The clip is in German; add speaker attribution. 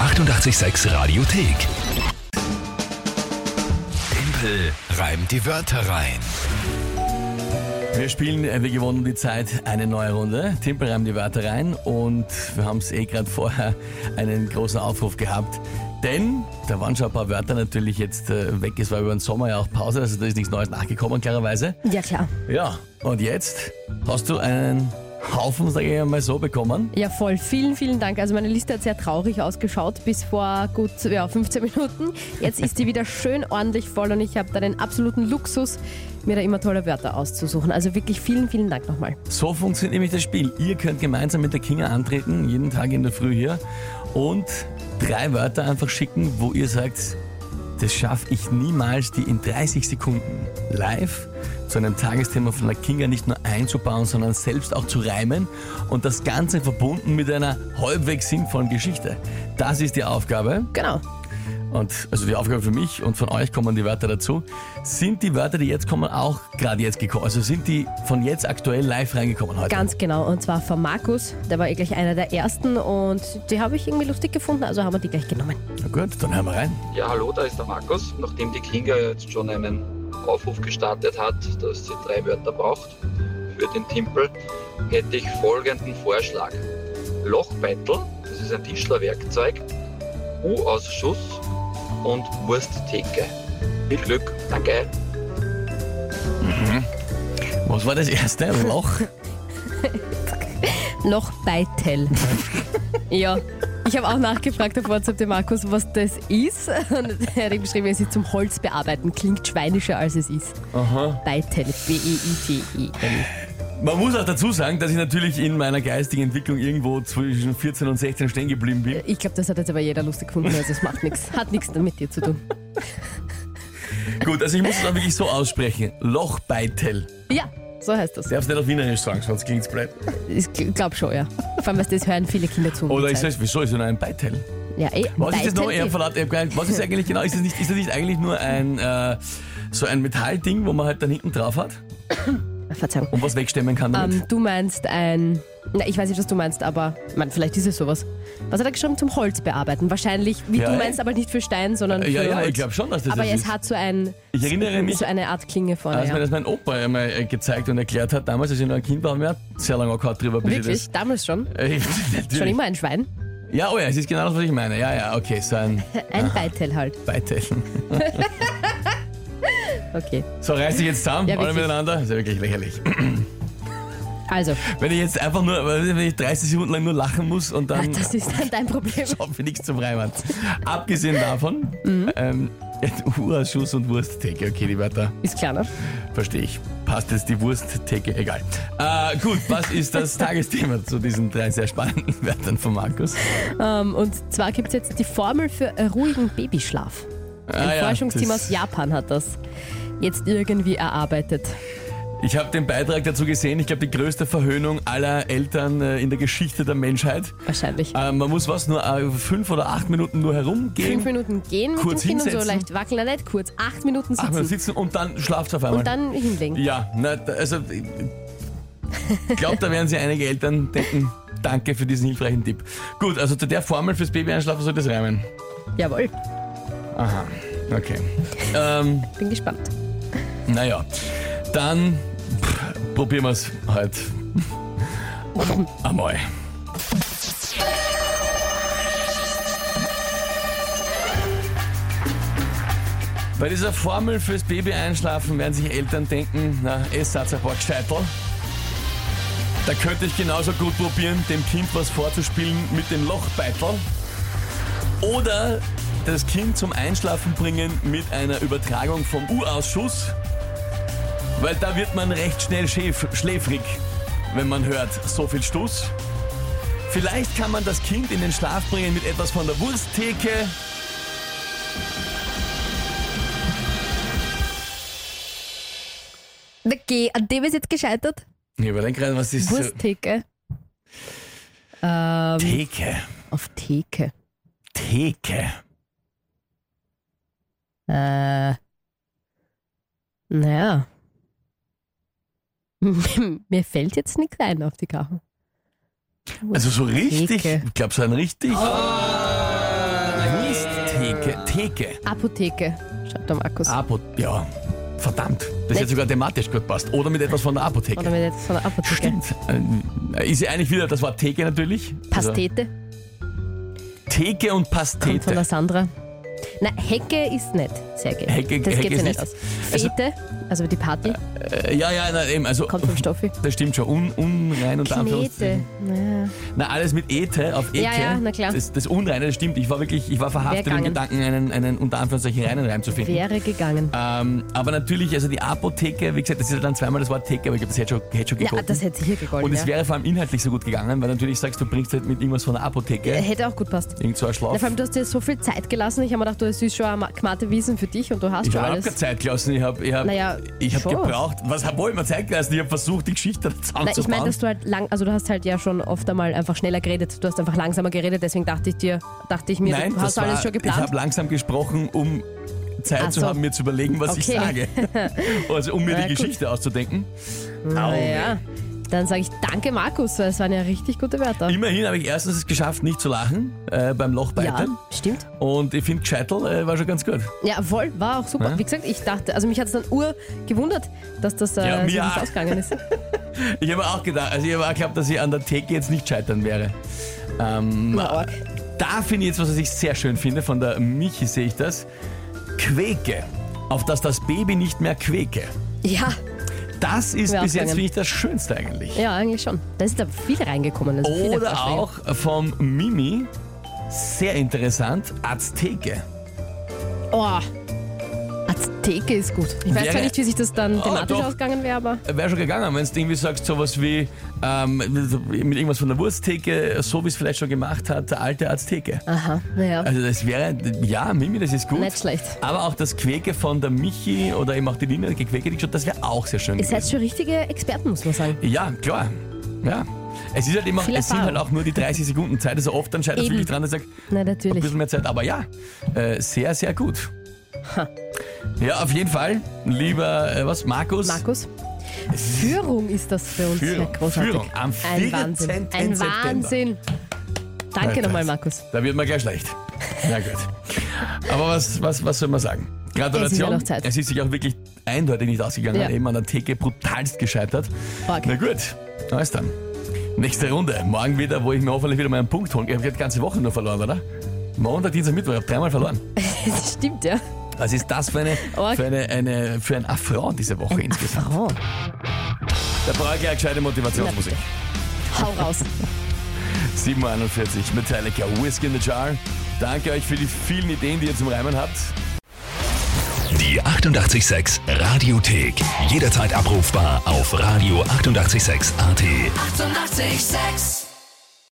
Speaker 1: 886 Radiothek. Tempel reimt die Wörter rein.
Speaker 2: Wir spielen, äh, wie gewonnen um die Zeit, eine neue Runde. Timpel reimt die Wörter rein und wir haben es eh gerade vorher einen großen Aufruf gehabt. Denn da waren schon ein paar Wörter natürlich jetzt äh, weg. Es war über den Sommer ja auch Pause, also da ist nichts Neues nachgekommen, klarerweise.
Speaker 3: Ja, klar.
Speaker 2: Ja, und jetzt hast du einen Haufen, sage ich mal so, bekommen.
Speaker 3: Ja, voll. Vielen, vielen Dank. Also meine Liste hat sehr traurig ausgeschaut bis vor gut ja, 15 Minuten. Jetzt ist die wieder schön ordentlich voll und ich habe da den absoluten Luxus, mir da immer tolle Wörter auszusuchen. Also wirklich vielen, vielen Dank nochmal.
Speaker 2: So funktioniert nämlich das Spiel. Ihr könnt gemeinsam mit der Kinga antreten, jeden Tag in der Früh hier, und drei Wörter einfach schicken, wo ihr sagt, das schaffe ich niemals, die in 30 Sekunden live zu einem Tagesthema von der Kinga nicht nur einzubauen, sondern selbst auch zu reimen und das Ganze verbunden mit einer halbwegs sinnvollen Geschichte. Das ist die Aufgabe.
Speaker 3: Genau.
Speaker 2: Und also die Aufgabe für mich und von euch kommen die Wörter dazu. Sind die Wörter, die jetzt kommen, auch gerade jetzt gekommen? Also sind die von jetzt aktuell live reingekommen heute?
Speaker 3: Ganz genau. Und zwar von Markus. Der war eh gleich einer der ersten und die habe ich irgendwie lustig gefunden, also haben wir die gleich genommen.
Speaker 2: Na gut, dann hören wir rein.
Speaker 4: Ja, hallo, da ist der Markus. Nachdem die Kinga jetzt schon einen Aufruf gestartet hat, dass sie drei Wörter braucht für den Timpel, hätte ich folgenden Vorschlag. Lochbeitel, das ist ein Tischlerwerkzeug, U-Ausschuss und Wursttheke. Viel Glück, danke.
Speaker 2: Was war das erste? Loch?
Speaker 3: Loch Beitel. ja. Ich habe auch nachgefragt auf WhatsApp dem Markus, was das ist. Und er hat geschrieben, es ist zum Holz bearbeiten. Klingt schweinischer, als es ist.
Speaker 2: Aha.
Speaker 3: Beitel. E B-E-I-T-E-L.
Speaker 2: Man muss auch dazu sagen, dass ich natürlich in meiner geistigen Entwicklung irgendwo zwischen 14 und 16 stehen geblieben bin.
Speaker 3: Ich glaube, das hat jetzt aber jeder lustig gefunden, also es macht nichts. Hat nichts damit dir zu tun.
Speaker 2: Gut, also ich muss es dann wirklich so aussprechen. Lochbeitel.
Speaker 3: Ja, so heißt das.
Speaker 2: Ich darf es nicht auf Wienerisch sagen, sonst klingt's blöd.
Speaker 3: Ich glaube schon, ja. Vor allem, was das hören viele Kinder zu. um die
Speaker 2: Oder ich
Speaker 3: Zeit.
Speaker 2: sage, wieso ist denn ein Beitel?
Speaker 3: Ja, eh,
Speaker 2: Was ist das noch? Ich hab
Speaker 3: Beitel.
Speaker 2: verlaut, ich hab gar nicht, was ist eigentlich genau? Ist das nicht, ist das nicht eigentlich nur ein, äh, so ein Metallding, wo man halt dann hinten drauf hat
Speaker 3: Verzeihung.
Speaker 2: und was wegstemmen kann damit?
Speaker 3: Ähm, du meinst ein. Na, ich weiß nicht, was du meinst, aber man, vielleicht ist es sowas. Was hat er geschrieben zum Holz bearbeiten? Wahrscheinlich, wie
Speaker 2: Ja,
Speaker 3: du
Speaker 2: eh.
Speaker 3: meinst, aber nicht für Stein, sondern
Speaker 2: ja,
Speaker 3: für
Speaker 2: ja,
Speaker 3: Holz.
Speaker 2: ich glaube schon, dass das
Speaker 3: aber
Speaker 2: das
Speaker 3: es
Speaker 2: ist.
Speaker 3: hat so ein.
Speaker 2: Ich erinnere mich,
Speaker 3: So eine Art Klinge vorne.
Speaker 2: als mir
Speaker 3: Ah, Ja.
Speaker 2: das mein Opa einmal äh, gezeigt und erklärt hat, damals, als ich noch ein Kind war, haben wir sehr lange angehört drüber, bis
Speaker 3: Wirklich?
Speaker 2: ich
Speaker 3: Damals schon?
Speaker 2: das... Äh, natürlich.
Speaker 3: Schon immer ein Schwein?
Speaker 2: Ja, oh ja, es ist genau das, was ich meine. Ja, ja, okay, so ein
Speaker 3: Ein Beitel halt.
Speaker 2: Beitel.
Speaker 3: Okay.
Speaker 2: So, reiß dich jetzt zusammen,
Speaker 3: Ja,
Speaker 2: alle
Speaker 3: wirklich.
Speaker 2: miteinander. Das ist ja wirklich lächerlich.
Speaker 3: Also,
Speaker 2: Wenn ich jetzt einfach nur, wenn ich 30 Sekunden lang nur lachen muss und dann
Speaker 3: das ist dann dein Problem.
Speaker 2: hoffe ich nichts zum Reimann. Abgesehen davon,
Speaker 3: Mhm.
Speaker 2: ähm, Urausschuss und Wursttheke. Okay, die Wörter
Speaker 3: Ist klar, ne?
Speaker 2: verstehe ich. Passt jetzt die Wursttheke? Egal. Äh, gut, was ist das Tagesthema zu diesen drei sehr spannenden Wörtern von Markus?
Speaker 3: Ähm, und zwar gibt es jetzt die Formel für äh, ruhigen Babyschlaf. Ein
Speaker 2: Ah ja,
Speaker 3: Forschungsteam
Speaker 2: das-
Speaker 3: aus Japan hat das jetzt irgendwie erarbeitet.
Speaker 2: Ich habe den Beitrag dazu gesehen. Ich glaube, die größte Verhöhnung aller Eltern äh, in der Geschichte der Menschheit.
Speaker 3: Wahrscheinlich.
Speaker 2: Äh, man muss was, nur äh, fünf oder acht Minuten nur herumgehen.
Speaker 3: Fünf Minuten gehen mit
Speaker 2: Kurz
Speaker 3: dem Kind und so
Speaker 2: hinsetzen.
Speaker 3: leicht wackeln, nein, nicht kurz. Acht Minuten sitzen
Speaker 2: Acht Minuten sitzen und dann schlaft auf einmal.
Speaker 3: und dann hinlegen.
Speaker 2: Ja, na, da- also ich glaube, da werden sich einige Eltern denken, danke für diesen hilfreichen Tipp. Gut, also zu der Formel fürs Baby einschlafen soll das reimen.
Speaker 3: Jawohl,
Speaker 2: Aha, okay. Ähm,
Speaker 3: bin gespannt.
Speaker 2: naja, dann pff, probieren wir es heute. Einmal. Bei dieser Formel fürs Baby einschlafen werden sich Eltern denken, na, es hat ein paar Gescheitel. Da könnte ich genauso gut probieren, dem Kind was vorzuspielen mit dem Lochbeitel. Oder das Kind zum Einschlafen bringen mit einer Übertragung vom U-Ausschuss. Weil da wird man recht schnell schäf schläfrig, wenn man hört, so viel Stuss. Vielleicht kann man das Kind in den Schlaf bringen mit etwas von der Wursttheke.
Speaker 3: Na geh, an dem ist jetzt gescheitert.
Speaker 2: Ich überdenke gerade, was ist so-
Speaker 3: Wursttheke. Ähm,
Speaker 2: Theke?
Speaker 3: auf Theke.
Speaker 2: Theke.
Speaker 3: Äh, naja. Mir fällt jetzt nichts ein auf die Kachel.
Speaker 2: Also so richtig,
Speaker 3: Theke. Oh.
Speaker 2: ich glaube so ein richtig. Apotheke.
Speaker 3: Apotheke, schreibt der Markus.
Speaker 2: Apo ja, verdammt. Das hätte sogar thematisch gut passt. Oder mit etwas von der Apotheke.
Speaker 3: Oder mit jetzt von der Apotheke.
Speaker 2: Stimmt. Äh, Ist ja eigentlich wieder das Wort Theke natürlich.
Speaker 3: Pastete
Speaker 2: Also, Theke und
Speaker 3: kommt von der
Speaker 2: Pastete.
Speaker 3: Sandra. Na, Hecke ist nicht, Sergei.
Speaker 2: Hecke-
Speaker 3: das
Speaker 2: Hecke
Speaker 3: geht
Speaker 2: ist
Speaker 3: sich nicht
Speaker 2: nicht.
Speaker 3: aus. Fete, also die Party,
Speaker 2: Äh, ja, ja, na, eben. Also,
Speaker 3: kommt vom Stoffi.
Speaker 2: das stimmt schon. Un, unrein und
Speaker 3: Knete. Naja.
Speaker 2: Na, alles mit Ete auf Eke.
Speaker 3: Ja, ja, na klar.
Speaker 2: Das, das Unreine, das stimmt. Ich war wirklich, ich war verhaftet im
Speaker 3: gegangen.
Speaker 2: Gedanken, einen, einen unter Anführungszeichen reinen Reim zu finden.
Speaker 3: Wäre gegangen.
Speaker 2: Ähm, aber natürlich, also die Apotheke, wie gesagt, das ist ja dann zweimal das Wort Theke, aber ich glaube, das hätte schon, hätte schon
Speaker 3: Ja,
Speaker 2: gegolten.
Speaker 3: das hätte hier gegolten.
Speaker 2: Und es
Speaker 3: ja.
Speaker 2: wäre vor allem inhaltlich so gut gegangen, weil natürlich sagst du, bringst halt mit irgendwas von der Apotheke.
Speaker 3: Äh, Hätte auch gut passt.
Speaker 2: Irgend so ein Schlauch.
Speaker 3: Na, vor allem, du hast dir so viel Zeit gelassen. Ich habe mir gedacht, du hast süß schon eine Kmate Wiesen für dich und du hast
Speaker 2: Ich
Speaker 3: schon
Speaker 2: habe keine
Speaker 3: alles.
Speaker 2: Zeit gelassen, ich habe ich hab,
Speaker 3: Naja,
Speaker 2: ich hab
Speaker 3: schon.
Speaker 2: gebraucht, was habe ich mir Zeit gelassen? Ich habe versucht, die Geschichte
Speaker 3: Na,
Speaker 2: zusammenzubauen.
Speaker 3: ich meine, dass du halt lang, also du hast halt ja schon oft einmal einfach schneller geredet. Du hast einfach langsamer geredet, deswegen dachte ich dir, dachte ich mir,
Speaker 2: Nein,
Speaker 3: du
Speaker 2: das
Speaker 3: hast
Speaker 2: war,
Speaker 3: alles schon
Speaker 2: ich
Speaker 3: geplant.
Speaker 2: habe langsam gesprochen, um Zeit
Speaker 3: Ach
Speaker 2: zu
Speaker 3: so.
Speaker 2: haben, mir zu überlegen, was ich
Speaker 3: Okay.
Speaker 2: sage. Also um mir
Speaker 3: Na
Speaker 2: die
Speaker 3: gut.
Speaker 2: Geschichte auszudenken.
Speaker 3: Na
Speaker 2: Au.
Speaker 3: ja. Dann sage ich danke Markus, weil es waren ja richtig gute Wörter.
Speaker 2: Immerhin habe ich erstens es geschafft, nicht zu lachen äh, beim
Speaker 3: ja,
Speaker 2: Lochbeitel.
Speaker 3: stimmt.
Speaker 2: Und ich finde, Gescheitel äh, war schon ganz gut.
Speaker 3: Ja, voll, war auch super.
Speaker 2: Ja.
Speaker 3: Wie gesagt, ich dachte, also mich hat es dann ur gewundert, dass das äh,
Speaker 2: Ja,
Speaker 3: so
Speaker 2: mir
Speaker 3: gut
Speaker 2: auch.
Speaker 3: ausgegangen ist.
Speaker 2: Ich habe auch gedacht, also ich habe auch geglaubt, dass ich an der Theke jetzt nicht scheitern wäre. Ähm,
Speaker 3: Na, arg.
Speaker 2: da finde ich jetzt, was was ich sehr schön finde, von der Michi sehe ich das. Quäke. Auf dass das Baby nicht mehr quäke.
Speaker 3: Ja,
Speaker 2: Das ist
Speaker 3: Mir
Speaker 2: bis jetzt,
Speaker 3: ausgegangen.
Speaker 2: finde ich, das Schönste eigentlich.
Speaker 3: ja, eigentlich schon. Da ist da viel reingekommen. Also viele
Speaker 2: Oder
Speaker 3: Vorschläge.
Speaker 2: auch vom Mimi, sehr interessant, Azteke.
Speaker 3: Oh. Azteke ist gut. Ich weiß
Speaker 2: Wäre-
Speaker 3: zwar nicht, wie sich das dann thematisch
Speaker 2: Ah, doch.
Speaker 3: ausgegangen wäre, aber
Speaker 2: Wäre schon gegangen, wenn du irgendwie sagst, sowas wie ähm, mit irgendwas von der Wursttheke, so wie es vielleicht schon gemacht hat, der alte Azteke.
Speaker 3: aha, naja,
Speaker 2: Also das wäre, ja, Mimi, das ist gut.
Speaker 3: Ah. nicht schlecht.
Speaker 2: Aber auch das Quäke von der Michi oder eben auch die Lina, die Quäke, die geschaut, das wäre auch sehr schön.
Speaker 3: Ihr seid schon richtige Experten, muss man sagen.
Speaker 2: Ja, klar. Ja. Es ist halt immer,
Speaker 3: Viel
Speaker 2: es sind halt
Speaker 3: Erfahrung.
Speaker 2: auch nur die 30 Sekunden Zeit. Also oft dann scheitert es
Speaker 3: Eben.
Speaker 2: wirklich dran, dass ich sage,
Speaker 3: Na,
Speaker 2: ein
Speaker 3: natürlich.
Speaker 2: bisschen mehr Zeit. Aber ja, äh, sehr, sehr gut.
Speaker 3: Ha.
Speaker 2: Ja, auf jeden Fall, lieber äh, was, Markus.
Speaker 3: Markus, Führung ist das für uns.
Speaker 2: Führung,
Speaker 3: Ja, großartig.
Speaker 2: Führung am
Speaker 3: Ein Wahnsinn.
Speaker 2: 14.
Speaker 3: Ein
Speaker 2: September.
Speaker 3: Wahnsinn. Danke
Speaker 2: Alter.
Speaker 3: nochmal, Markus.
Speaker 2: Da wird man gleich schlecht. Na gut. Aber was, was, was soll man sagen? Gratulation.
Speaker 3: Es ist ja noch Zeit.
Speaker 2: Es ist sich auch wirklich eindeutig nicht ausgegangen.
Speaker 3: Ja.
Speaker 2: Eben an der Theke brutalst gescheitert.
Speaker 3: Org.
Speaker 2: Na gut, na ist dann. Nächste Runde. Morgen wieder, wo ich mir hoffentlich wieder meinen Punkt holen kann. Ich habe die ganze Woche nur verloren, oder? Montag, Dienstag, Mittwoch. Ich habe dreimal verloren.
Speaker 3: Das stimmt, ja.
Speaker 2: Was ist das für, eine,
Speaker 3: Org.
Speaker 2: für, eine, eine, für ein Affront diese Woche insgesamt?
Speaker 3: Oh,
Speaker 2: Da brauche ich ja eine gescheite Motivationsmusik.
Speaker 3: hau raus.
Speaker 2: 7.41 Uhr, Metallica, Whiskey in the Jar. Danke euch für die vielen Ideen, die ihr zum Reimen habt.
Speaker 1: Die 886 Radiothek. Jederzeit abrufbar auf radio886.at. 886!
Speaker 5: 886